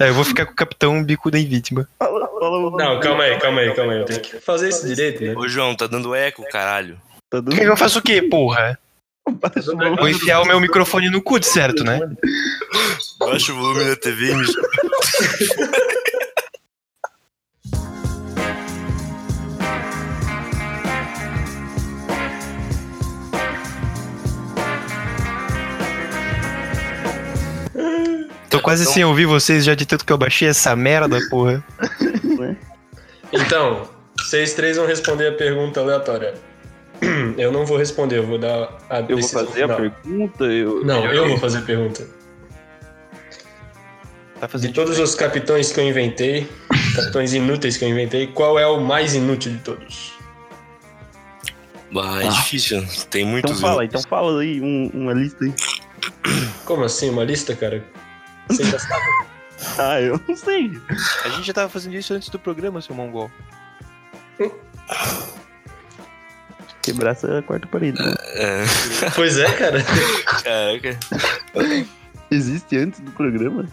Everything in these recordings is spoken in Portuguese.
É, eu vou ficar com o Capitão Bico da Invítima. Não, calma aí, calma aí, calma aí. Eu tenho que fazer isso direito, né? Ô, João, tá dando eco, caralho. Tá dando Quer que eu faça o quê, porra? Vou enfiar o meu microfone no cu, de certo, né? Baixa o volume da TV e me Tô quase sem ouvir vocês já de tanto que eu baixei essa merda, porra. Então, vocês três vão responder a pergunta aleatória. Eu não vou responder, eu vou dar a Eu vou decisão fazer a final. pergunta, eu. Não, eu vou fazer a pergunta. Tá De fazendo todos os capitões que eu inventei, capitões inúteis que eu inventei, qual é o mais inútil de todos? Bah, é difícil. Tem muitos. Ah. Então fala, né? então fala aí um- uma lista aí. Como assim, uma lista, cara? Você já sabe. Ah, eu não sei. A gente já tava fazendo isso antes do programa, seu mongol. Quebrar essa quarta parede. né? É, Pois é, cara. caraca. Existe antes do programa?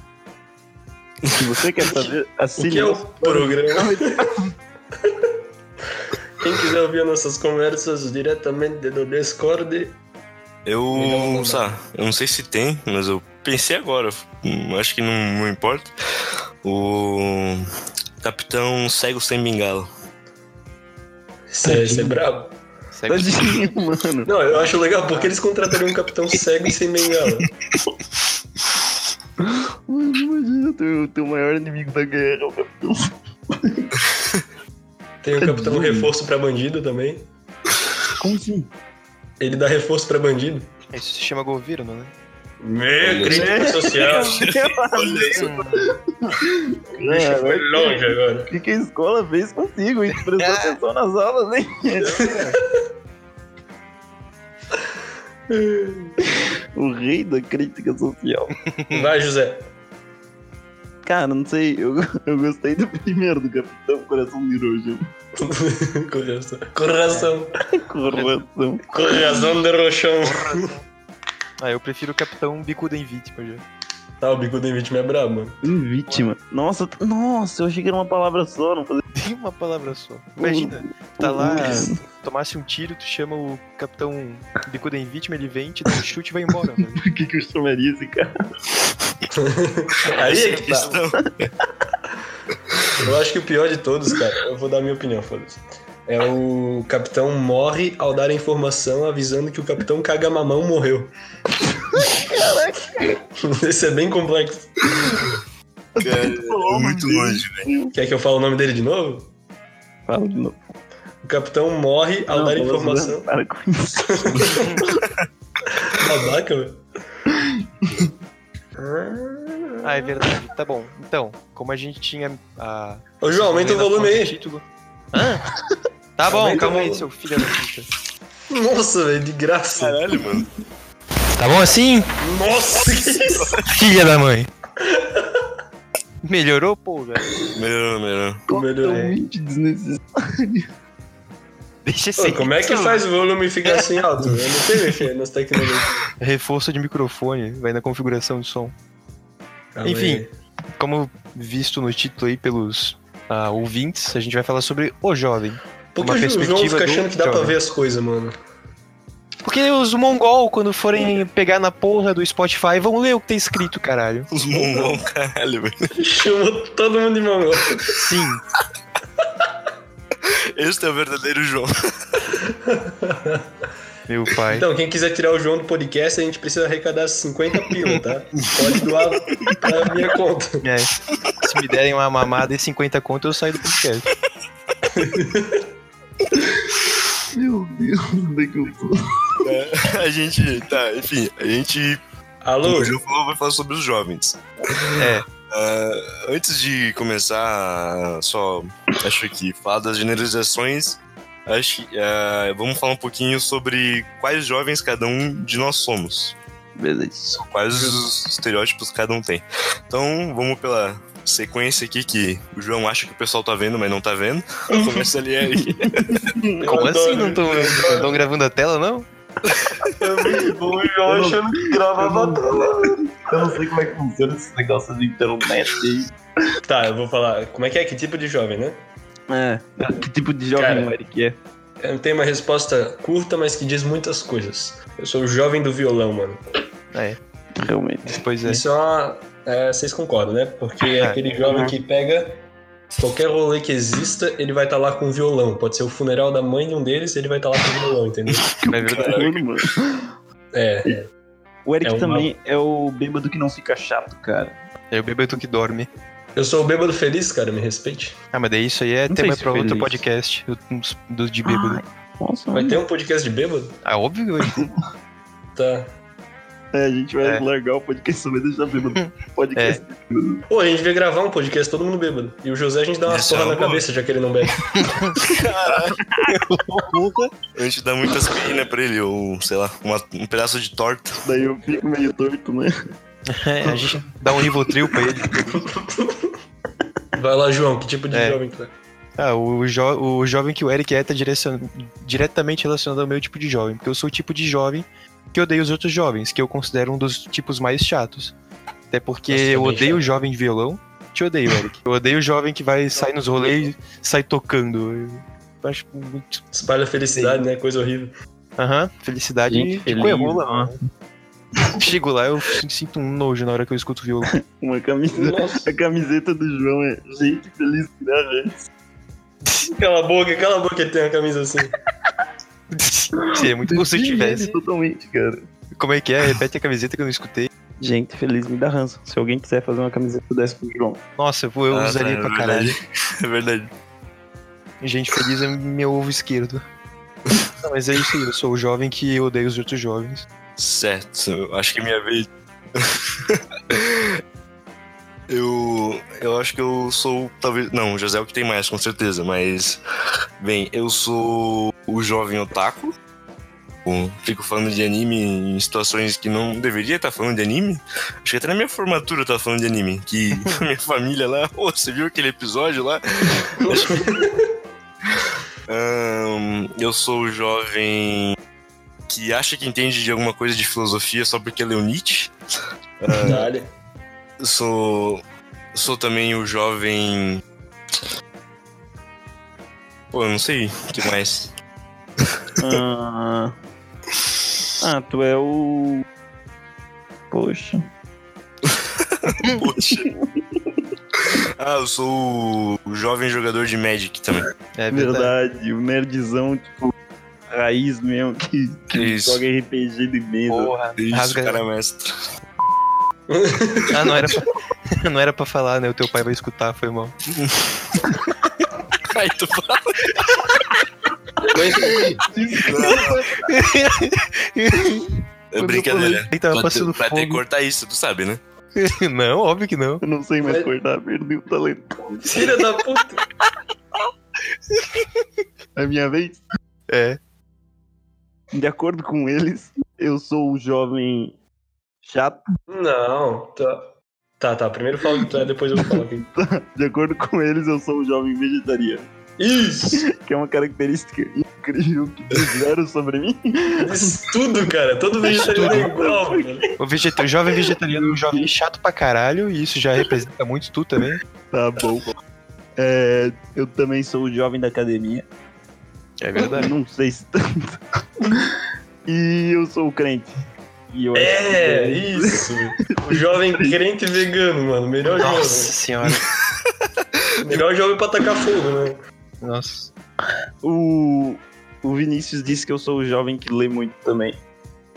Se você quer saber, O que assine é o nosso programa? então. Quem quiser ouvir nossas conversas diretamente do Discord, Eu, Melhor sabe, eu não sei se tem, mas eu pensei agora. Hum, Acho que não, não importa. O Capitão Cego Sem Bengala. você é brabo. Segue tadinho, mano. Não, eu acho legal, porque eles contratariam um capitão cego e sem bengala. Mano, imagina o teu, teu maior inimigo da guerra. Tem um capitão reforço pra bandido também. Como assim? Ele dá reforço pra bandido. É Isso se chama Govirno, né? Meu, crítica social. É. Deixa foi longe agora. O que, que a escola fez contigo? E tu É. prestou atenção nas aulas, hein? o rei da crítica social. Vai, José. Cara, não sei, eu, eu gostei do primeiro, do Capitão Coração de Rojo. Coração. Coração. Coração. Coração de roxão. Ah, eu prefiro o Capitão Bico da Invítima já. Tá, o bico do vítima é brabo, mano. Vítima. Nossa, t- nossa, eu achei que era uma palavra só, não fazia. Tem uma palavra só. Imagina, tá lá, tomasse um tiro, tu chama o Capitão Bico da Invítima, ele vem, te dá um chute e vai embora. velho. Por que, que eu chamaria esse cara? Aí Essa é que tá. questão. Eu acho que o pior de todos, cara, eu vou dar minha opinião, foda-se. É o capitão morre ao dar a informação avisando que o capitão cagamamão morreu. Caraca! Esse é bem complexo. Cara, é muito longe, velho. Quer que eu fale o nome dele de novo? Fala de novo. O capitão morre ao Não, dar tô informação. zoando, Para com isso. Babaca, velho. Ah, é verdade. Tá bom. Então, como a gente tinha a. Ô, João, aumenta o na volume fonte do aí. Título... Hã? Tá bom, Aumenta calma o aí, volume. seu filho da puta. Nossa, velho, de graça. Caralho, mano. Tá bom assim? Nossa, que isso? Filha da mãe. Melhorou, pô, velho. Melhorou, melhorou. é Melhorou. Totalmente desnecessário. Deixa Ô, assim. como é que faz o volume ficar assim alto? Eu não sei mexer nas tecnologias. Reforço de microfone, vai na configuração de som. Calma Enfim. aí. Como visto no título aí pelos ah, ouvintes, a gente vai falar sobre o jovem. Por Uma que o João perspectiva fica do achando que dá pra jovem. ver as coisas, mano? Porque os mongol, quando forem pegar na porra do Spotify, vão ler o que tá escrito, caralho. Os mongol, caralho, velho. Chamou todo mundo de mongol. Sim. Esse é o verdadeiro João. Meu pai. Então, quem quiser tirar o João do podcast, a gente precisa arrecadar 50 pila, tá? Pode doar pra minha conta. É, se me derem uma mamada e 50 conto, eu saio do podcast. Meu Deus, onde é que eu tô? É, A gente, tá, enfim, a gente. Alô? O João falou, vai falar sobre os jovens. É, Ah, antes de começar, só acho que falar das generalizações, acho que ah, vamos falar um pouquinho sobre quais jovens cada um de nós somos, Beleza. quais os estereótipos cada um tem. Então vamos pela sequência aqui que o João acha que o pessoal tá vendo, mas não tá vendo. Começa ali aí. como Eu assim? adoro. Não tão, não tão gravando a tela, não? É muito bom, o João achando que gravava tudo. Eu não sei como é que funciona esses negócios de internet aí. Tá, eu vou falar. Como é que é? Que tipo de jovem, né? É, que tipo de jovem Cara. o Eric é? Eu tenho uma resposta curta, mas que diz muitas coisas. Eu sou o jovem do violão, mano. tipo, Realmente. Pois é. Isso é uma. é, vocês concordam, né? Porque é É. aquele jovem que pega qualquer rolê que exista, ele vai estar lá com violão. Pode ser o funeral da mãe de um deles, ele vai estar lá com violão, entendeu? É verdade. Mano, mano. É, O Eric É uma- também é o bêbado que não fica chato, cara. É o bêbado que dorme. Eu sou o bêbado feliz, cara, me respeite. Ah, mas daí isso aí é Não sei tema se pra foi outro isso. podcast. Dos, dos de bêbado. Nossa, Vai ter um podcast de bêbado? Ah, óbvio que vai Tá. É, a gente vai É. largar o podcast sobre deixar bêbado. Podcast. Pô, a gente devia gravar um podcast, todo mundo bêbado. E o José a gente dá uma Isso é porra uma na boa. cabeça, já que ele não bebe. A gente dá muita aspirina pra ele, ou sei lá, uma- um pedaço de torta. Daí eu fico meio torto, né? É, a gente dá um Rivotril pra ele. Vai lá, João, que tipo de É. jovem tu é? Ah, o, jo- o jovem que o Eric é tá direcion- diretamente relacionado ao meu tipo de jovem. Porque eu sou o tipo de jovem que odeia os outros jovens, que eu considero um dos tipos mais chatos. Até porque Nossa, eu bem odeio chato. o jovem de violão. Te odeio, Eric. Eu odeio o jovem que vai sair nos rolês e sai tocando. Eu acho muito. Espalha felicidade, né? Coisa horrível. Aham, felicidade Gente de feliz, coerrola, né? mano. Chego lá, eu sinto um nojo na hora que eu escuto o violão. Uma camiseta. Nossa. A camiseta do João é gente feliz que dá né? gente. Cala a boca, cala a boca, ele tem uma camisa assim. Seria é muito bom se eu tivesse. Totalmente, cara. Como é que é? Repete a camiseta que eu não escutei. Gente feliz me dá ranço. Se alguém quiser fazer uma camiseta dessa pro João. Nossa, eu, vou- eu Ah, tá, usaria é pra caralho. verdade. É verdade. Gente feliz é meu ovo esquerdo. Não, mas é isso aí, eu sou o jovem que odeia os outros jovens. Certo, eu acho que é minha vez. eu. Eu acho que eu sou. Talvez. Não, o José é o que tem mais, com certeza, mas. Bem, eu sou o jovem otaku. Eu Fico falando de anime em situações que não deveria estar falando de anime. Acho que até na minha formatura eu tava falando de anime. Que a minha família lá, "Ô, você viu aquele episódio lá? Acho que- Ahn, eu sou o jovem que acha que entende de alguma coisa de filosofia só porque leu Nietzsche. Caralho. Sou, sou também o jovem. Pô, eu não sei o que mais. Ah, ah tu é o. Poxa. Poxa. ah, eu sou o jovem jogador de Magic também. É É verdade. verdade, o nerdzão, tipo, raiz mesmo, que, que Isso. joga RPG de mesa. Porra, Isso, rasga. cara mestre. Ah, não era, pra... não era pra falar, né? O teu pai vai escutar, foi mal. Aí tu fala. É brincadeira. Ele tava Vai ter- passando vai ter que fome. cortar isso, tu sabe, né? Não, óbvio que não. Eu não sei mais Mas- cortar, perdi o talento. Filha da puta. É minha vez? É. De acordo com eles, eu sou o jovem chato. Não, tá. Tá, tá. Primeiro fala o que tu é, depois eu vou falar. quem- De acordo com eles, eu sou o jovem vegetariano. Isso! Que é uma característica incrível que fizeram sobre mim. Diz tudo, cara. Todo vegetariano é igual, mano. O, vegeta... o jovem vegetariano é um jovem chato pra caralho, e isso já representa muito tu também. Tá bom. É, eu também sou o jovem da academia. É Não sei se tanto. E eu sou o crente. E eu É, isso. O jovem crente vegano, mano. Melhor Nossa jovem. senhora. Melhor jovem pra tacar fogo, né? Nossa. o, o Vinícius disse que eu sou o jovem que lê muito também.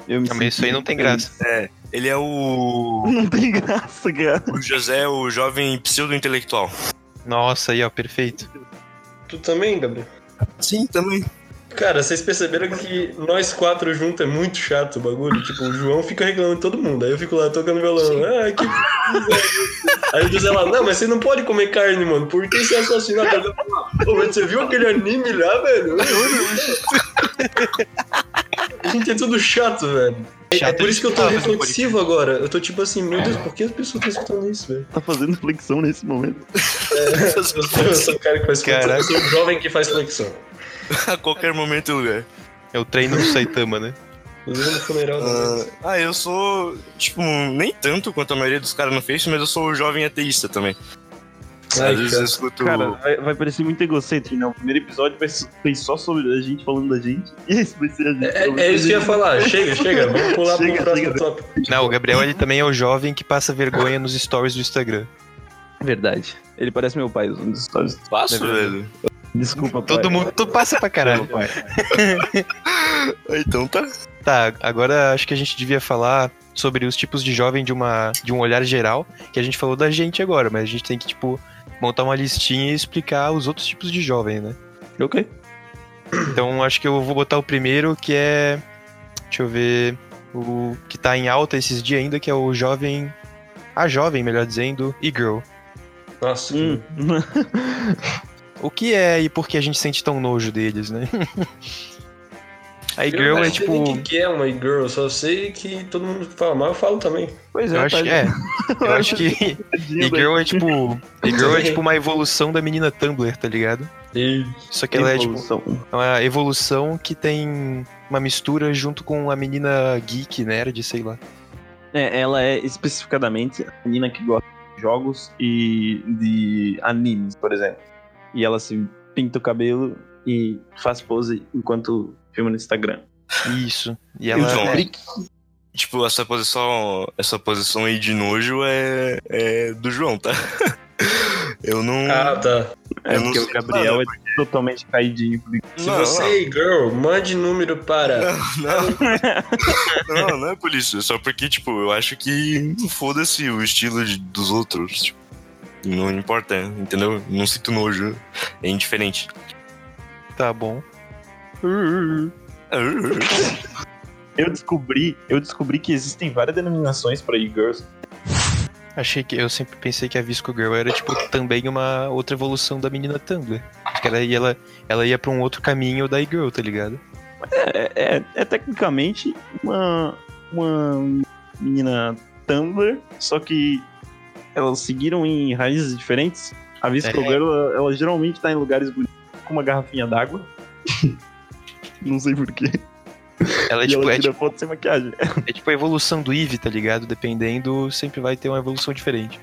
Eu me Ah, Mas isso aí não tem graça. É. Ele é o. Não tem graça, cara. O José, é o jovem pseudo-intelectual. Nossa, aí ó, perfeito. Tu também, Gabriel? Sim, também. Cara, vocês perceberam que nós quatro juntos é muito chato o bagulho? Tipo, o João fica reclamando de todo mundo. Aí eu fico lá tocando violão. Ah, que. p****. Aí o José lá, não, mas você não pode comer carne, mano. Por que você é assassinado? Eu falo, Pô, mas você viu aquele anime lá, velho? A gente é tudo chato, velho. É por isso que eu tô reflexivo agora. Eu tô tipo assim, meu Deus, por que as pessoas estão escutando isso, velho? Tá fazendo flexão nesse momento. Eu sou- eu sou o cara que faz flexão. Caraca. Eu sou o jovem que faz flexão. A qualquer momento e lugar. É o treino do Saitama, né? Inclusive no funeral também. Ah, ah, eu sou, tipo, nem tanto quanto a maioria dos caras no Face, mas eu sou jovem ateísta também. Ai, Às vezes eu cara. escuto. Cara, vai, vai parecer muito egocêntrico, né? O primeiro episódio vai ser foi só sobre a gente falando da gente. E esse vai ser a gente. É, falando é da isso que eu ia gente. falar. Chega, chega. Vamos pular Chega, pro próximo chega. tópico. Não, o Gabriel ele também é o jovem que passa vergonha nos stories do Instagram. É Verdade. Ele parece meu pai usando stories. Passo, velho. Desculpa, pai. Todo mundo tu passa pra É. caralho. Ah, Então tá. Tá, agora acho que a gente devia falar sobre os tipos de jovem de, uma, de um olhar geral, que a gente falou da gente agora, mas a gente tem que, tipo, montar uma listinha e explicar os outros tipos de jovem, né? Ok. Então acho que eu vou botar o primeiro, que é. Deixa eu ver. O que tá em alta esses dias ainda, que é o jovem. A jovem, melhor dizendo, e girl. Nossa, Hum. O que é e por que a gente sente tão nojo deles, né? A Eu e-girl não é sei nem tipo. O que que é uma girl? Só sei que todo mundo fala, mas eu falo também. pois é, Eu acho, tá que- é, eu acho que e-girl é tipo. E-girl é tipo uma evolução da menina Tumblr, tá ligado? E Só né? que ela é tipo uma evolução que tem uma mistura junto com a menina geek, nerd, sei lá. É, ela é especificadamente a menina que gosta de jogos e de animes, por exemplo. E ela se pinta o cabelo e faz pose enquanto filma no Instagram. Isso. E ela. Então, é, Tipo, essa posição, essa posição aí de nojo é, é do João, tá? Eu não. Ah, tá. É Eu não porque o sei, Gabriel cara, é totalmente caidinho. Se não, você é girl, mande número para. Não, não, não é por isso. É só porque, tipo, eu acho que foda-se o estilo de- dos outros. Tipo, não importa, entendeu? Não sinto nojo. É indiferente. Tá bom. Eu descobri, eu descobri que existem várias denominações pra e-girls. Achei que eu sempre pensei que a Visco Girl era tipo também uma outra evolução da menina Tumblr. Que ela, ia- ela, ela ia pra um outro caminho da e-girl, tá ligado? É, é- é tecnicamente uma, uma menina Tumblr, só que elas seguiram em raízes diferentes. A Visco É. Girl, ela, ela geralmente tá em lugares bonitos, com uma garrafinha d'água. Não sei porquê. Ela é, e tipo, ela é, tira foto sem maquiagem. tipo- é tipo a evolução do Eve, tá ligado? Dependendo, sempre vai ter uma evolução diferente.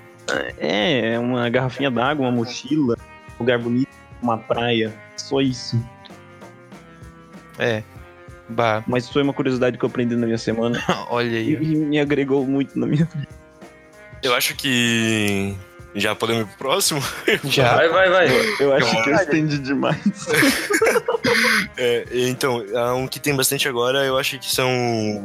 É, é uma garrafinha d'água, uma mochila, um lugar bonito, uma praia. Só isso. É. Bah, Mas foi uma curiosidade que eu aprendi na minha semana olha e, aí. e me agregou muito na minha vida. Eu acho que. Já podemos ir pro próximo? Já. Vai, vai, vai. Eu acho que eu estendi demais. É, então, há um que tem bastante agora, eu acho que são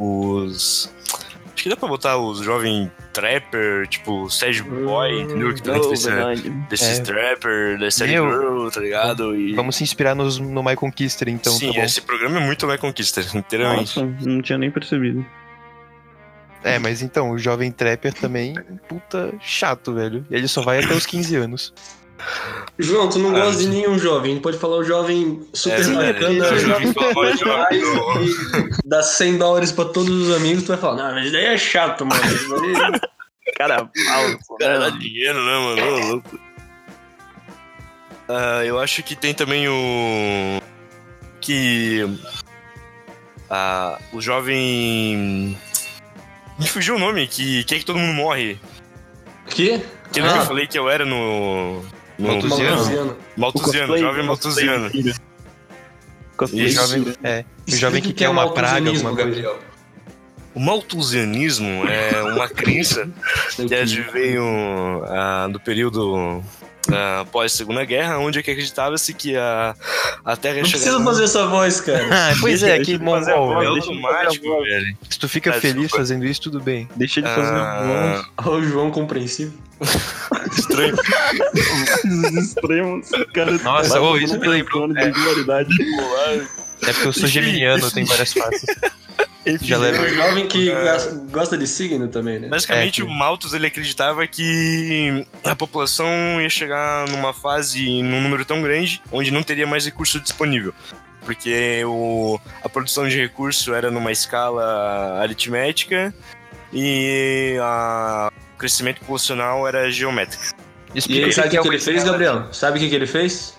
os. Acho que dá pra botar os jovem trapper, tipo Sage Boy, Hum, entendeu? Que também desse, desses É. trapper, da Sage Meu. Girl, tá ligado? E... Vamos se inspirar nos, no My Conquister, então, Sim, tá bom? esse programa é muito My Conquista, inteiramente. Nossa, não tinha nem percebido. É, mas então, o jovem trapper também, puta, chato, velho. Ele só vai até os 15 anos. João, tu não Ah, gosta de sim. nenhum jovem. Pode falar o jovem super bacana, É, eu o já ouvi jovem falar mais jovem. que dá 100 dólares pra todos os amigos. Tu vai falar, não, mas daí é chato, mano. Daí- Cara, O cara dá dinheiro, né, mano? Ô, louco. Ah, eu acho que tem também o. Que. ah, o jovem. Me fugiu o nome, que quer que todo mundo morre. Que? Que lembra que eu Ah. falei que eu era no. No Malthusiano? Malthusiano. Malthusiano, jovem Malthusiano. O Cosplay. Isso. jovem, é, o jovem que quer Explica o uma praga, malthusianismo, alguma coisa. Gabriel. O malthusianismo é uma crença que é adveio ah, do período ah, pós-segunda guerra, onde é que acreditava-se que a, a Terra ia Não chegar precisa fazer essa voz, cara. Ah, pois é, que Deixa eu fazer a mongol, voz, É velho. deixa eu automático, fazer a velho. Se tu fica Ah, feliz desculpa. fazendo isso, tudo bem. Deixa ele fazer Ah, ah... Olha o João compreensivo. Estranho. os extremos. Cara, Nossa, Vai ô, todo isso mundo me lembrou, falando de dualidade. É porque eu sou geminiano, tem várias faces. Já é leva. O É um jovem que gasta- gosta de signo também, né? Basicamente, É, o Malthus ele acreditava que a população ia chegar numa fase, num número tão grande, onde não teria mais recurso disponível. Porque o, a produção de recurso era numa escala aritmética e a- o crescimento populacional era geométrico. E ele Explica sabe o o que que, é o ele fez, Gabriel? Sabe o que, que ele fez?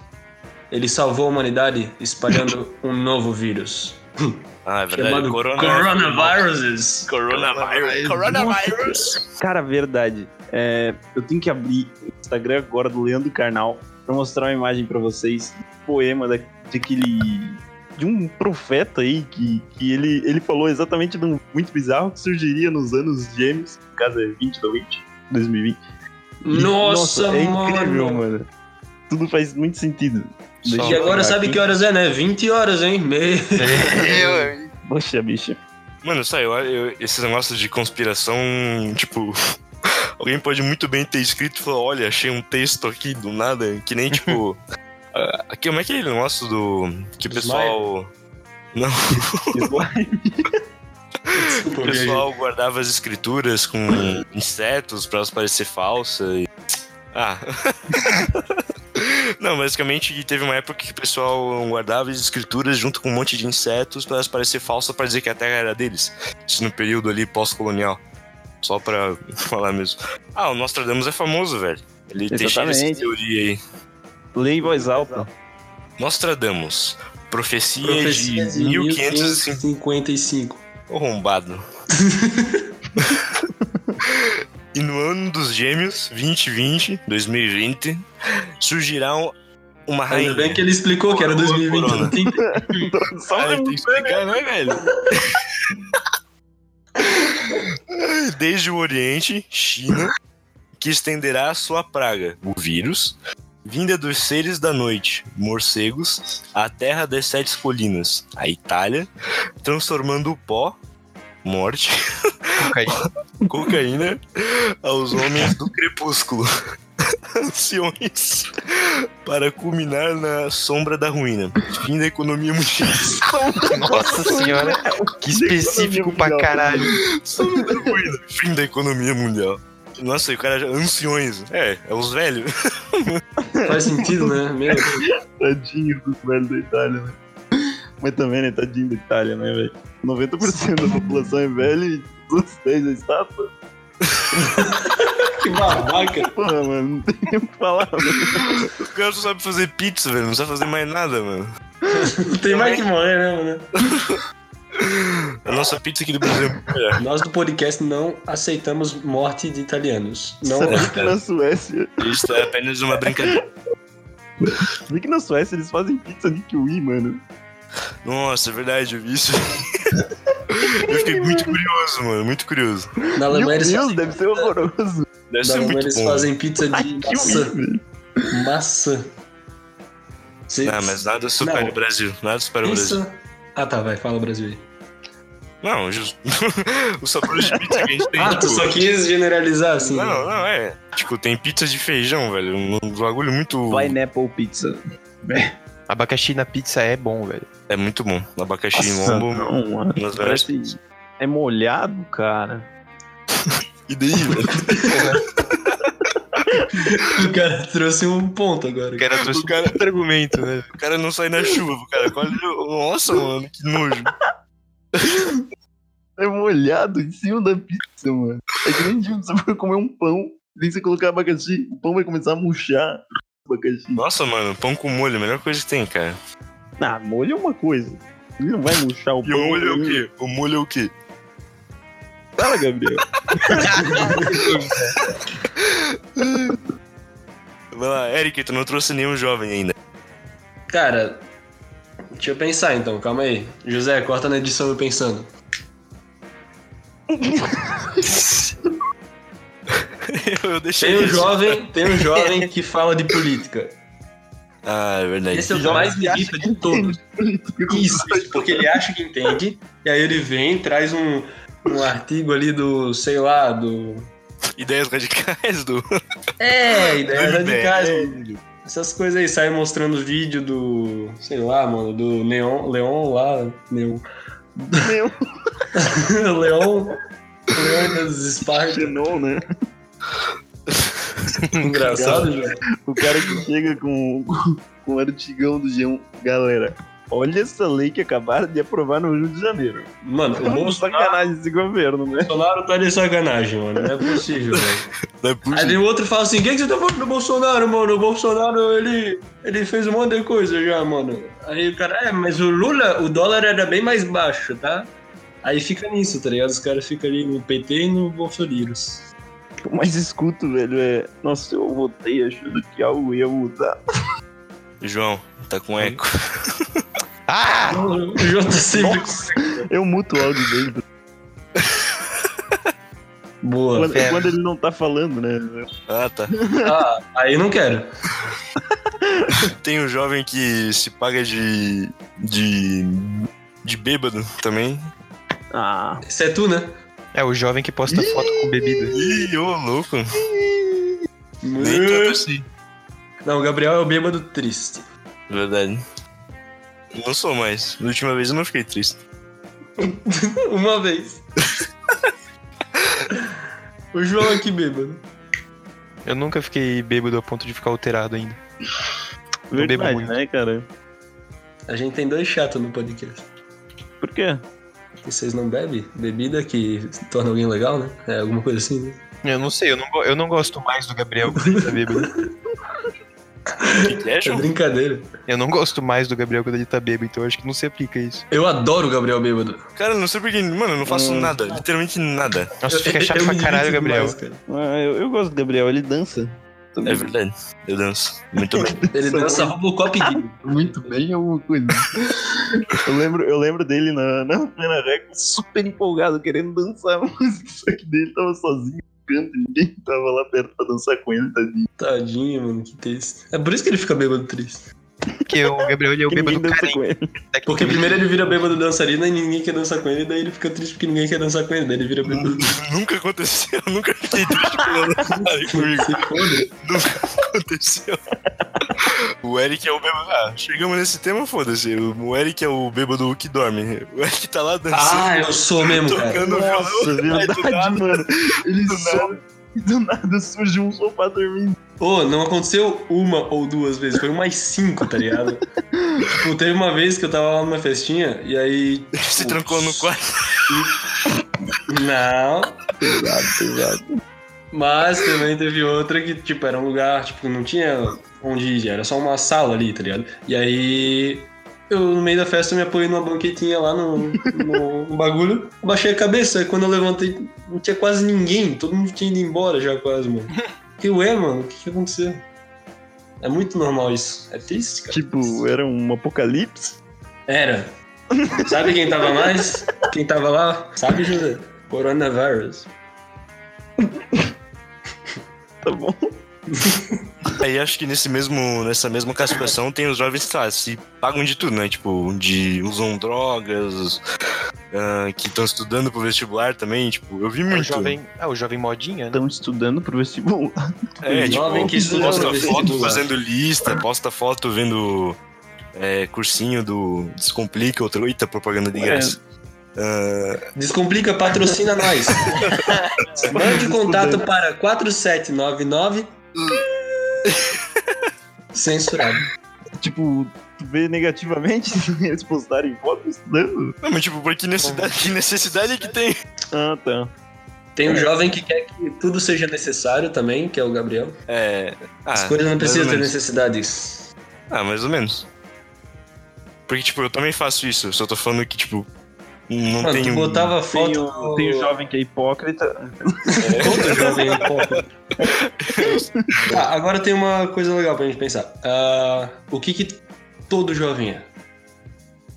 Ele salvou a humanidade espalhando um novo vírus. Ah, é verdade. chamado Corona. Coronaviruses. Coronavirus. Coronavirus. Cara, verdade. É, eu tenho que abrir o Instagram agora do Leandro Carnal pra mostrar uma imagem pra vocês. Um poema da, de aquele. De um profeta aí que, que ele, ele falou exatamente de um muito bizarro que surgiria nos anos gêmeos, no caso é 20 do 20, 2020. E, Nossa, é mano. incrível, mano. Tudo faz muito sentido. Deixa E eu agora pegar sabe aqui. que horas é, né? 20 horas, hein? Meio. Eu- Poxa, bicha. Mano, sabe, eu, eu, esses negócios de conspiração, tipo. Alguém pode muito bem ter escrito e falar: olha, achei um texto aqui do nada, que nem tipo. ah, aqui, como é que é aquele negócio do. Que o Smile? pessoal. Desculpa, O pessoal guardava as escrituras com insetos pra elas parecer falsa e... Ah. Não, basicamente teve uma época que o pessoal guardava as escrituras junto com um monte de insetos pra elas parecer falsas pra dizer que a terra era deles. Isso no período ali pós-colonial. Só pra falar mesmo. Ah, o Nostradamus é famoso, velho. Ele tem cheio dessa Exatamente. teoria aí. Leia em voz alta. Nostradamus. Profecia, Profecia de 1550. 1555. Arrombado. e no ano dos gêmeos, 2020, 2020, surgirá um- uma rainha. Ainda bem que ele explicou que era Corona, 2020. corona. não tem- Só Ah, tem que um- explicar, né, velho? Desde o Oriente, China, que estenderá a sua praga, o vírus, vinda dos seres da noite, morcegos, à terra das sete colinas, a Itália, transformando o pó, morte, cocaína aos homens do crepúsculo, anciões, para culminar na sombra da ruína, fim da economia mundial. Nossa senhora, que específico pra caralho. Sombra da ruína, fim da economia mundial. Nossa, e o cara, já- anciões, é, é os velhos. Faz sentido, né? Meu, Tadinho dos velhos da Itália, né? Mas também, né? Tadinho da Itália, né, velho? 90% da população é velha e os 10 é estátua. que babaca. Porra, mano, não tem nem o que falar. velho. O cara só sabe fazer pizza, velho, não sabe fazer mais nada, mano. Tem mais que morrer, né, mano? A nossa pizza aqui do Brasil é muito melhor. Nós do podcast não aceitamos morte de italianos. Não. Será que na Suécia. Isso é apenas uma brincadeira. Por que na Suécia eles fazem pizza de kiwi, mano? Nossa, é verdade, eu vi isso. Eu fiquei muito curioso, mano, muito curioso. Na Meu Alemanha, eles, Deus, deve ser horroroso. Deve na ser Alemanha muito eles bom. fazem pizza Ai, de kiwi, maçã. velho. Maçã. Cê- Não, Ah, mas nada supera Não. o Brasil. Nada supera o Brasil. Pensa... Ah tá, vai, fala Brasil aí. Não, justo. o sabor de pizza que a gente tem. Ah, tu tipo, só quis generalizar assim. Não, não, é. Tipo, tem pizza de feijão, velho. Um um bagulho muito. Pineapple pizza. Abacaxi na pizza é bom, velho. É muito bom. Abacaxi Nossa, em lombo. não, mano. Nas várias... Parece... É molhado, cara. E daí, velho? O cara trouxe um ponto agora. O cara trouxe O cara- outro argumento, né? Tá O cara não sai na chuva, o cara. Quase... Nossa, mano, que nojo. É molhado em cima da pizza, mano. É que nem tipo, você for comer um pão, nem você colocar abacaxi, o pão vai começar a murchar. o Abacaxi. Nossa, mano, pão com molho, a melhor coisa que tem, cara. Ah, molho é uma coisa. Ele não vai murchar o E pão. o molho é o ele- quê? O molho é o quê? Fala, Gabriel. Vai lá, Eric, tu não trouxe nenhum jovem ainda. Cara, deixa eu pensar então, calma aí. José, corta na edição eu pensando. Eu deixei. Tem um isso. jovem, tem um jovem que fala de política. Ah, é verdade. Esse é o que mais me irrita de todos. Isso, isso, porque ele acha que entende, e aí ele vem, traz um, um artigo ali do, sei lá, do. Ideias radicais do. É, ideias do MBL. radicais, Essas coisas aí, sai mostrando vídeo do. Sei lá, mano, do Neon. Leon lá. Neon. Meu, Leon. Leon das Espartas. Xenon, né? Engraçado, João. O cara que chega com, com o artigão do G1. Galera, Olha essa lei que acabaram de aprovar no Rio de Janeiro. Mano, o Bolsonaro, Sacanagem desse governo, né? Bolsonaro tá de sacanagem, mano. Não é possível, velho. Não é Aí possível. vem o outro e fala assim: quem que você tá falando do Bolsonaro, mano? O Bolsonaro, ele, ele fez um monte de coisa já, mano. Aí o cara, é, mas o Lula, o dólar era bem mais baixo, tá? Aí fica nisso, tá ligado? Os caras ficam ali no PT e no Bolsonaro. O que eu mais escuto, velho, é. Nossa, eu votei achando que algo ia mudar. João, tá com eco. Ah! O João tá sempre. Eu muto o áudio dele. Boa. Quando, fera. quando ele não tá falando, né? Hum. Ah, tá. Ah, aí não quero. Tem um jovem que se paga de. de. de bêbado também. Ah, Isso é tu, né? É o jovem que posta foto com bebida. Ih, ô louco. Nem tanto Hum. assim. Não, o Gabriel é o bêbado triste. Verdade. Não sou mais. Na última vez eu não fiquei triste. Uma vez. o João aqui bêbado. Eu nunca fiquei bêbado a ponto de ficar alterado ainda. bebo verdade, muito. né, cara? A gente tem dois chatos no podcast. Por quê? E vocês não bebem? Bebida que torna alguém legal, né? É alguma coisa assim, né? Eu não sei, eu não, go- eu não gosto mais do Gabriel quando ele tá bêbado. O que, que é, É João? brincadeira. Eu não gosto mais do Gabriel quando ele tá bêbado, então eu acho que não se aplica isso. Eu adoro o Gabriel bêbado. Cara, não sei porquê. Mano, eu não Hum. faço nada. Literalmente nada. Nossa, fica Eu- chato eu me pra caralho, divirto Gabriel. demais, cara. Ah, eu, eu gosto do Gabriel, ele dança. É verdade. Eu danço. Muito bem. Ele dança Robocop Gay. Muito bem, alguma coisa. eu, lembro, eu lembro dele na, na Plena Record, super empolgado, querendo dançar a música, só que dele tava sozinho no canto, ninguém tava lá perto pra dançar com ele, tadinho. Tadinho, mano, que triste. É por isso que ele fica bêbado triste. Porque o Gabriel ele é o Ninguém bêbado dança carente. com ele. Porque tecnicamente. primeiro ele é vira bêbado dançarina e ninguém quer dançar com ele, daí ele fica triste porque ninguém quer dançar com ele, daí ele vira bêbado. Nunca aconteceu. Nunca fiquei triste pulando comigo. Se foda. aconteceu. O Eric é o bêbado. Ah, chegamos nesse tema, foda-se. O Eric é o bêbado que dorme. O Eric tá lá dançando, Ah, eu sou mesmo, cara. tocando violão. Nossa, é verdade, mano. Ele do sobe e do nada surge um sofá dormindo. Ô, não aconteceu uma ou duas vezes, foi umas cinco, tá ligado? tipo, teve uma vez que eu tava lá numa festinha e aí. Se trancou no quarto. Não. Pesado, pesado. Mas também teve outra que, tipo, era um lugar, tipo, não tinha onde ir, era só uma sala ali, tá ligado? E aí, eu no meio da festa me apoiei numa banquetinha lá no, no, no bagulho, baixei a cabeça, aí quando eu levantei, não tinha quase ninguém, todo mundo tinha ido embora já quase, mano. Que ué, mano, o que, que aconteceu? É muito normal isso, é triste, cara. Tipo, era um apocalipse. Era. Sabe quem tava mais? Quem tava lá? Sabe, José? Coronavirus. Tá bom. Aí acho que nesse mesmo, nessa mesma classificação tem os jovens que tá, se pagam de tudo, né? Tipo, de usam drogas, ah, que estão estudando pro vestibular também. Tipo, eu vi É muito. o jovem, é o jovem modinha, né? Estão estudando pro vestibular. É, tipo, Jovem que estuda posta pro foto vestibular. fazendo lista, posta foto vendo é, cursinho do Descomplica, outra eita, propaganda de Ué. graça. Ah, Descomplica, patrocina nós. Mande contato para 4799. Censurado. Tipo, tu vê negativamente assim, eles postarem foto estudando. não, mas tipo, por que necessidade, que necessidade que tem? Ah, tá. Tem um jovem que quer que tudo seja necessário também, que é o Gabriel. É. Ah, As coisas não mais ou precisam ter menos. necessidades. Ah, mais ou menos. Porque, tipo, eu também faço isso, só tô falando que, tipo, não Mano, tu tenho. botava Tem foto. o, tem o jovem que é hipócrita. Todo jovem é hipócrita. Tá, agora tem uma coisa legal pra gente pensar. Ah, o que que todo jovem é?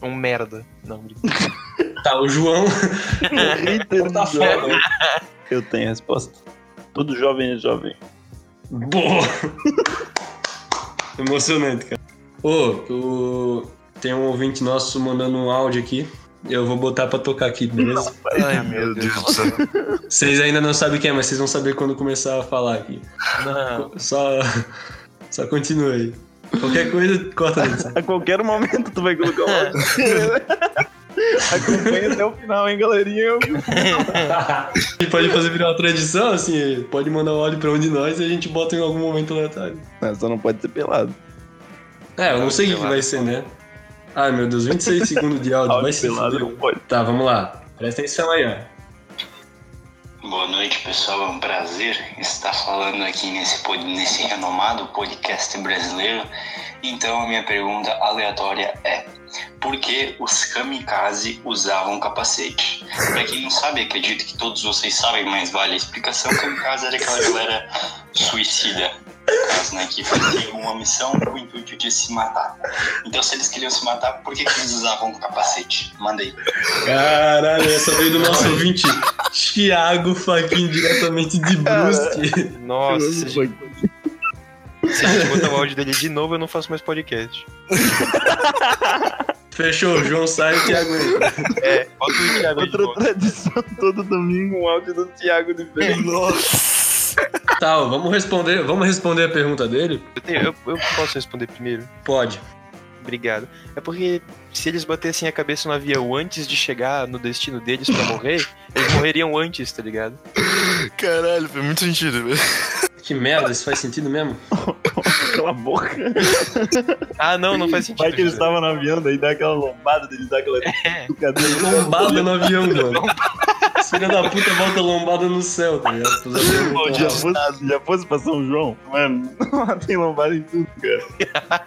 Um merda. Não, brincadeira. Tá, o João. Hater Tá do foda. jovem. Eu tenho a resposta. Todo jovem é jovem. Boa! Emocionante, cara. Ô, o... tem um ouvinte nosso mandando um áudio aqui. Eu vou botar pra tocar aqui, beleza? Ai, meu Deus do céu. Vocês ainda não sabem quem é, mas vocês vão saber quando começar a falar aqui. Não. Só, só continua aí. Qualquer coisa, corta antes. A qualquer momento tu vai colocar o áudio. Acompanha até o final, hein, galerinha? A gente pode fazer virar uma tradição, assim, pode mandar o áudio pra um de nós e a gente bota em algum um- momento aleatório. Não, só não pode ser pelado. É, eu não sei o que, Sei que lá. vai ser, né? Ai, meu Deus, 26 segundos de áudio. Vai Áudio se pelado fuder. não pode. Tá, vamos lá. Presta atenção aí, ó. Boa noite, pessoal. É um prazer estar falando aqui nesse, pod- nesse renomado podcast brasileiro. Então, a minha pergunta aleatória é: por que os kamikaze usavam capacete? Pra quem não sabe, acredito que todos vocês sabem, mas vale a explicação: kamikaze era aquela galera suicida. no caso, Né, que fazia uma missão com o intuito de se matar. Então, se eles queriam se matar, por que, que eles usavam capacete? Manda aí. Caralho, essa veio do nosso ouvinte, Thiago Faquin, diretamente de Brusque. Nossa, se a gente- se a gente botar o áudio dele de novo, eu não faço mais podcast. Fechou, João sai e Thiago entra. É, bota o Thiago aí de Outra volta. tradição todo domingo, um áudio do Thiago diferente. Nossa. Tá, ó, vamos responder, vamos responder a pergunta dele? Eu, tenho- eu- eu posso responder primeiro? Pode. Obrigado. É porque se eles batessem a cabeça no avião antes de chegar no destino deles pra morrer, eles morreriam antes, tá ligado? Caralho, foi muito sentido, velho. Que merda, isso faz sentido mesmo? Cala a boca. Ah, não, não faz sentido. Vai que eles tá- José. estavam no avião, daí dá aquela lombada, deles dá aquela É. batucadinha. Lombada no avião, mano. Esse Filho da puta volta lombada no céu, tá ligado? Pros aviões não Já voarem. fosse, já fosse pra São João, mano, lá tem lombada em tudo, cara.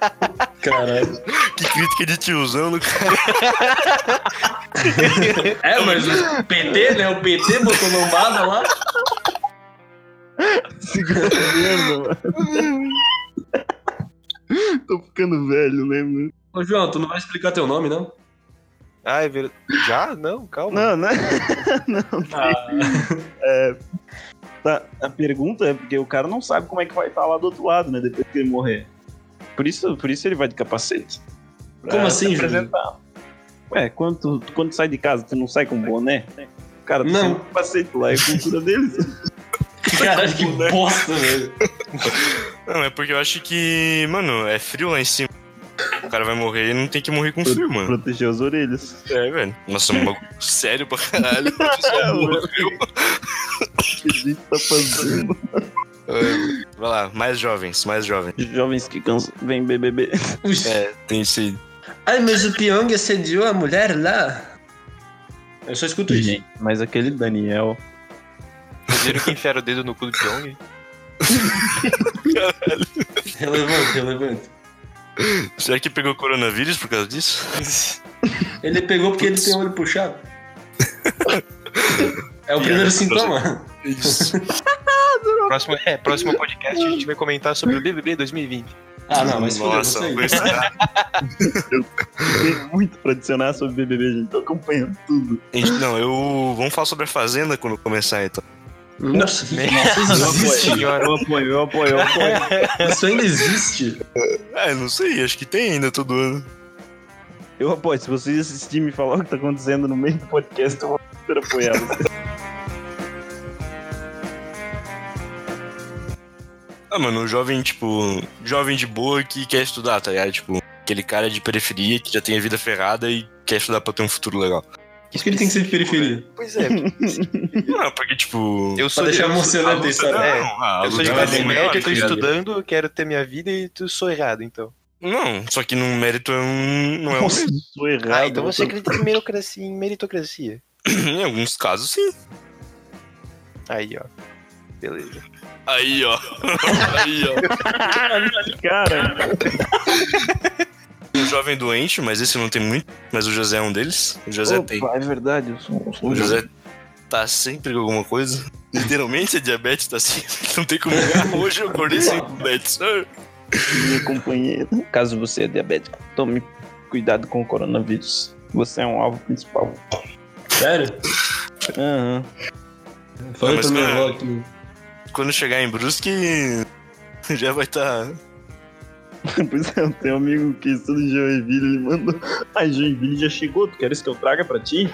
Caralho. Que crítica de tiozão no cara. É, mas o PT, né? O PT botou lombada lá. Esse governo, mano. Tô ficando velho, né, mano? Ô, João, tu não vai explicar teu nome, não? Ah, é verdade. Já? Não, calma. Não, né? Não, é. Ah, tá. A pergunta é porque o cara não sabe como é que vai estar lá do outro lado, né? Depois que ele morrer. Por isso, por isso ele vai de capacete. Pra Como assim, se Júlio? apresentar. Ué, quando, tu- quando tu sai de casa, tu não sai com um boné? Cara, tu Não. sai com capacete lá, é a cultura deles. caralho, que bosta, velho. Não, é porque eu acho que, mano, é frio lá em cima. O cara vai morrer e não tem que morrer com frio, mano. é Proteger as orelhas. É, velho. Nossa, um bagulho sério pra caralho. É, Só morreu. O que a gente tá fazendo? É, Vai lá, mais jovens, mais jovens. Jovens que cansam, vem BBB. É, tem esse. Ai, mas o Pyong assediou a mulher lá. Eu só escuto isso. Mas aquele Daniel. Vocês viram que enfiaram o dedo no cu do Pyong? Relevante, relevante. Será que pegou coronavírus por causa disso? Ele pegou porque ele tem o olho puxado. É o primeiro sintoma. Isso. Próximo, é, próximo podcast a gente vai comentar sobre o BBB 2020. Ah, não, mas fodeu, Nossa, você foi aí. estranho. Tem muito pra adicionar sobre BBB, gente. Tô acompanhando tudo. Gente, Não, eu. Vamos falar sobre a fazenda quando começar, então. Nossa, que Né? isso existe? senhora. eu apoio, eu apoio, eu apoio. Isso ainda existe? É, não sei, acho que tem ainda todo ano. Eu apoio. Se vocês assistirem e me falar o que tá acontecendo no meio do podcast, eu vou super apoiar. vocês. Ah, mano, um jovem, tipo, jovem de boa que quer estudar, tá ligado? Tipo, aquele cara de periferia que já tem a vida ferrada e quer estudar pra ter um futuro legal. Por que ele tem que ser de periferia? Pois é, Não, porque, tipo. eu sou Pra deixar né? de, emocionante a Não, história. É, ah, eu sou de lugar classe nenhum, média, tá eu tô ligado? estudando, eu quero ter minha vida e eu sou errado, então. Não, só que no mérito é um. Não é um. Nossa, tô errado. Ah, então você acredita em meritocracia, em meritocracia. em alguns casos, sim. Aí, ó. Beleza. Aí, ó. Aí, ó. Cara, Um jovem doente, mas esse não tem muito. Mas o José é um deles. O José tem. opa, é verdade. Eu sou, eu sou um O José tá sempre com alguma coisa. Literalmente a diabetes tá sempre. Não tem como. Hoje eu acordei sem diabetes. Ah, minha companheira. Caso você é diabético, tome cuidado com o coronavírus. Você é um alvo principal. Sério? Aham. Falei Não, é. mas pra minha cara- avó aqui. Quando chegar em Brusque, já vai tá. estar. Por exemplo, tem um amigo que estuda em Joinville, ele mandou. Ah, Joinville já chegou, tu queres que eu traga pra ti?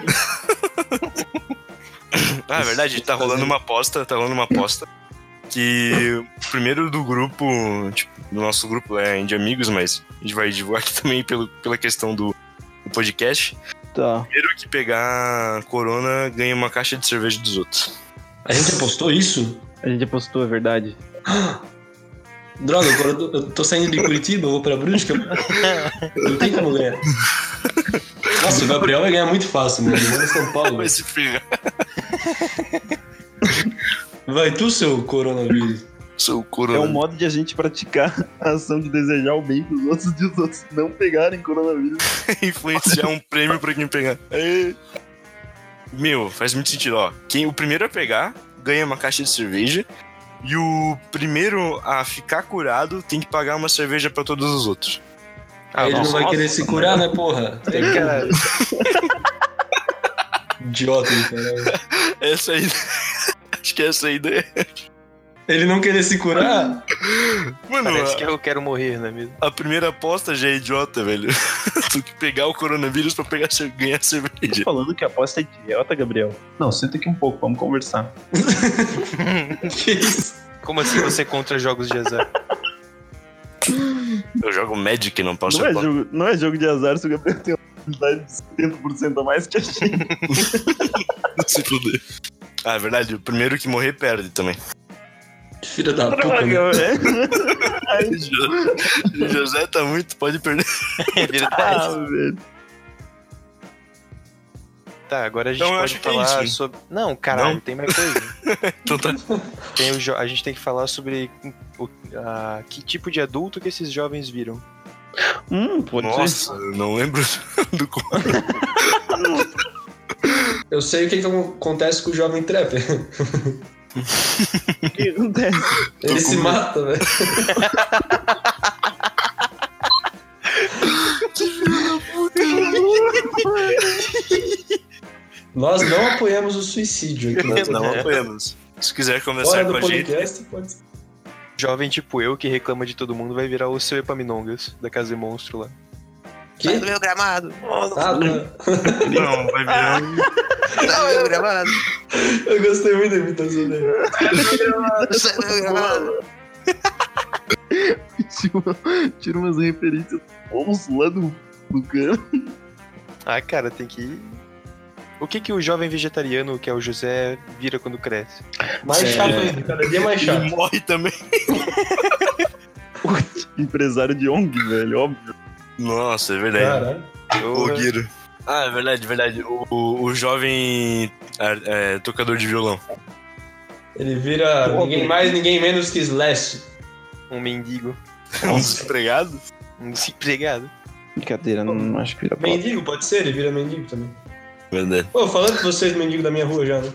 Ah, é verdade, tá rolando uma aposta, tá rolando uma aposta. Que o primeiro do grupo, tipo, do nosso grupo é de amigos, mas a gente vai divulgar aqui também pelo, pela questão do, do podcast. Tá. Primeiro que pegar corona ganha uma caixa de cerveja dos outros. A gente apostou isso? A gente apostou, é verdade. Droga, agora eu tô- eu tô saindo de Curitiba, eu vou pra Brusca. Não tem como ganhar. Nossa, o Gabriel vai ganhar muito fácil, mano. Ele mora em São Paulo. Vai se ferrar. Vai tu, seu coronavírus. Seu É um corona. modo de a gente praticar a ação de desejar o bem dos outros e os outros não pegarem coronavírus. influenciar um prêmio pra quem pegar. É. Meu, faz muito sentido, ó. Quem o primeiro a pegar ganha uma caixa de cerveja. E o primeiro a ficar curado tem que pagar uma cerveja pra todos os outros. Ah, ele nossa. não vai nossa. querer se curar, né, porra? Tá Cara, Idiota, do caralho. Essa aí. Acho que essa é a ideia. Ele não querer se curar? Mano, parece a, que eu quero morrer, não é mesmo? a primeira aposta já é idiota, velho. tu que pegar o coronavírus pra pegar, cer- ganhar Tô cerveja. falando que a aposta é idiota, Gabriel. Não, senta aqui um pouco, vamos conversar. Que isso? Como assim você contra jogos de azar? Eu jogo Magic, não posso Não é, jogar. jogo, não é jogo de azar se o Gabriel tem uma habilidade de 70% a mais que a gente. Se fuder. Ah, é verdade. O primeiro que morrer perde também. Filha da puta, Droga, né? velho. Jo- José tá muito, pode perder. É verdade. Ah, velho. Tá, agora a gente Então, eu pode acho que é falar isso. sobre. Não, caralho, Não? tem mais coisa. Então tá. Tem o jo- A gente tem que falar sobre o- a- que tipo de adulto que esses jovens viram. Hum, pode ser. Nossa, eu não lembro do qual. Eu sei o que, que acontece com o jovem trapper. O que acontece? Ele com se medo. mata, velho. Nós não apoiamos o suicídio aqui na Não não, apenas. Se quiser conversar É. Fora com do a gente, podcast, pode ser. Jovem tipo eu, que reclama de todo mundo, vai virar o seu Epaminongas, da Casa de Monstro lá. Que? Sai do meu gramado! Ah, tá. não, vai virar um Sai do meu gramado! Eu gostei muito da imitação dele. Sai do meu gramado! Tira uma- Tira umas referências bons lá do, do cara. Ah, cara, tem que. ir. O que que o jovem vegetariano, que é o José, vira quando cresce? Mais É. chato ainda, cada dia mais e chato. morre também. Empresário de ONG, velho, óbvio. Nossa, é verdade. Caralho. Eu- O Guiro. Ah, é verdade, verdade. O, o, o jovem é, é, tocador de violão. Ele vira Pô, ninguém mais, ninguém menos que Slash. um mendigo, É um desempregado? um desempregado. Brincadeira, não acho que vira Mendigo, pode ser? Ele vira mendigo também. Verdade. Pô, falando de vocês, mendigo da minha rua já, né?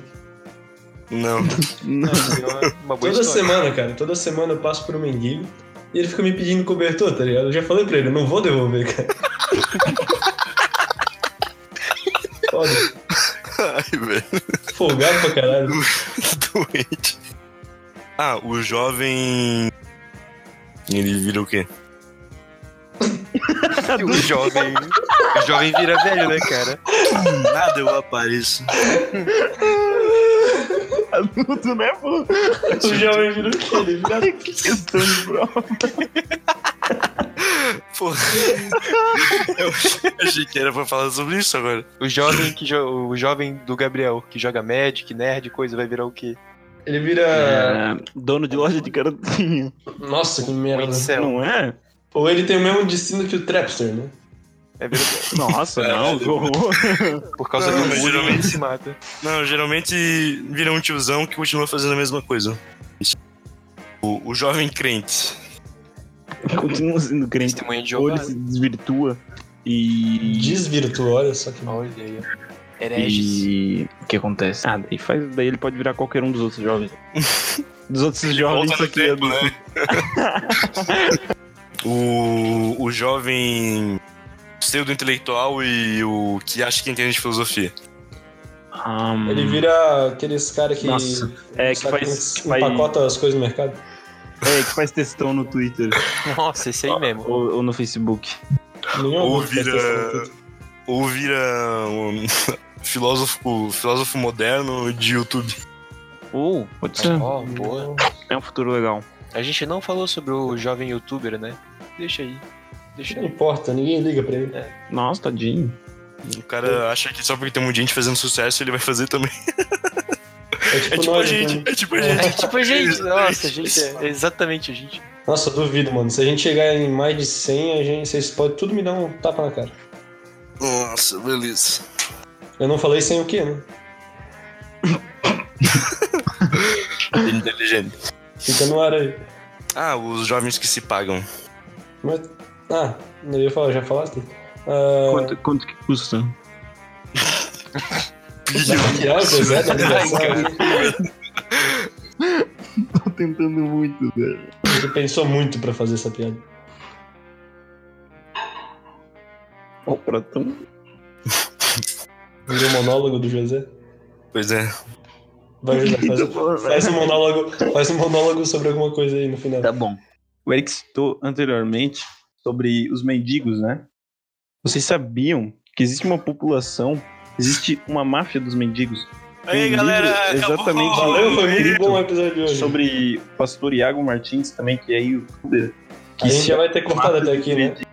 Não. Não. é Uma boa Toda história. semana, cara, toda semana eu passo por um mendigo e ele fica me pedindo cobertor, tá ligado? Eu já falei pra ele, eu não vou devolver, cara. Foda, Ai, velho. folgado pra caralho. Doente. Ah, o jovem. Ele vira o quê? O jovem. O jovem vira velho, né, cara? Nada eu apareço. Adulto, né, pô? O jovem vira o quê? Ele vira é Que questão de prova. Porra. Eu achei que era pra falar sobre isso agora. O jovem que jo- o jovem do Gabriel, que joga Magic, nerd, coisa, vai virar o quê? Ele vira. É, dono de loja de garotinho. Nossa, que Um merda. incel. Não é? Ou ele tem o mesmo destino que o Trapster, né? É verdade. Nossa, não, que horror. Por causa Não, do mas bullying, ele geralmente- se mata. Não, geralmente vira um tiozão que continua fazendo a mesma coisa. O, o jovem crente. Continua sendo crente. Testemunha de Ou Jeová. ele se desvirtua e. Desvirtuou, olha só que mal. Olha aí, ó. Hereges. E. O que acontece? Ah, daí, faz, daí ele pode virar qualquer um dos outros jovens. Dos outros jovens, Volta isso no aqui é tempo, né? o, o jovem pseudo-intelectual e o que acha que entende de filosofia. né? Ahm, Ele vira aqueles caras que. Nossa, Hum, é, que sabe, faz- que que faz- Empacota as coisas no mercado. É, que faz textão no Twitter Nossa, esse aí mesmo. ou, ou no Facebook. Nenhum assim, Ou adulto faz vira- isso no Twitter. Ou vira um filósofo, filósofo moderno de YouTube. Ou, Uh, pode ser. Ó, boa. É um futuro legal. A gente não falou sobre o jovem youtuber, né? Deixa aí. Deixa Não aí. importa, ninguém liga pra ele. É Nossa, tadinho. O cara acha que só porque tem um monte de gente fazendo sucesso, ele vai fazer também. É tipo, É tipo a nós, né? gente, é tipo a gente. É tipo a gente. Nossa, a gente é exatamente a gente. Nossa, eu duvido, mano. Se a gente chegar em mais de 100, a gente, vocês podem tudo me dar um tapa na cara. Nossa, beleza. Eu não falei sem o quê, né? Inteligente. Fica no ar aí. Ah, os jovens que se pagam. Mas, ah, eu ia falar, já falaste? Ah, Quanto, quanto que custa? Pior coisa, né? Engraçado. Tô tentando muito, né? velho. Tu pensou muito pra fazer essa piada. Ó, o pratão. Virou o monólogo do José. Pois é. Vai, José, faz, Tá bom, faz um monólogo, faz um monólogo sobre alguma coisa aí no final. Tá bom. O Eric citou anteriormente sobre os mendigos, né? Vocês sabiam que existe uma população, existe uma máfia dos mendigos? Tem um Aí, livro galera, acabou. exatamente Valeu, foi muito bom o episódio de hoje. sobre o pastor Iago Martins também, que é youtuber. A gente já vai ter cortado até aqui, né?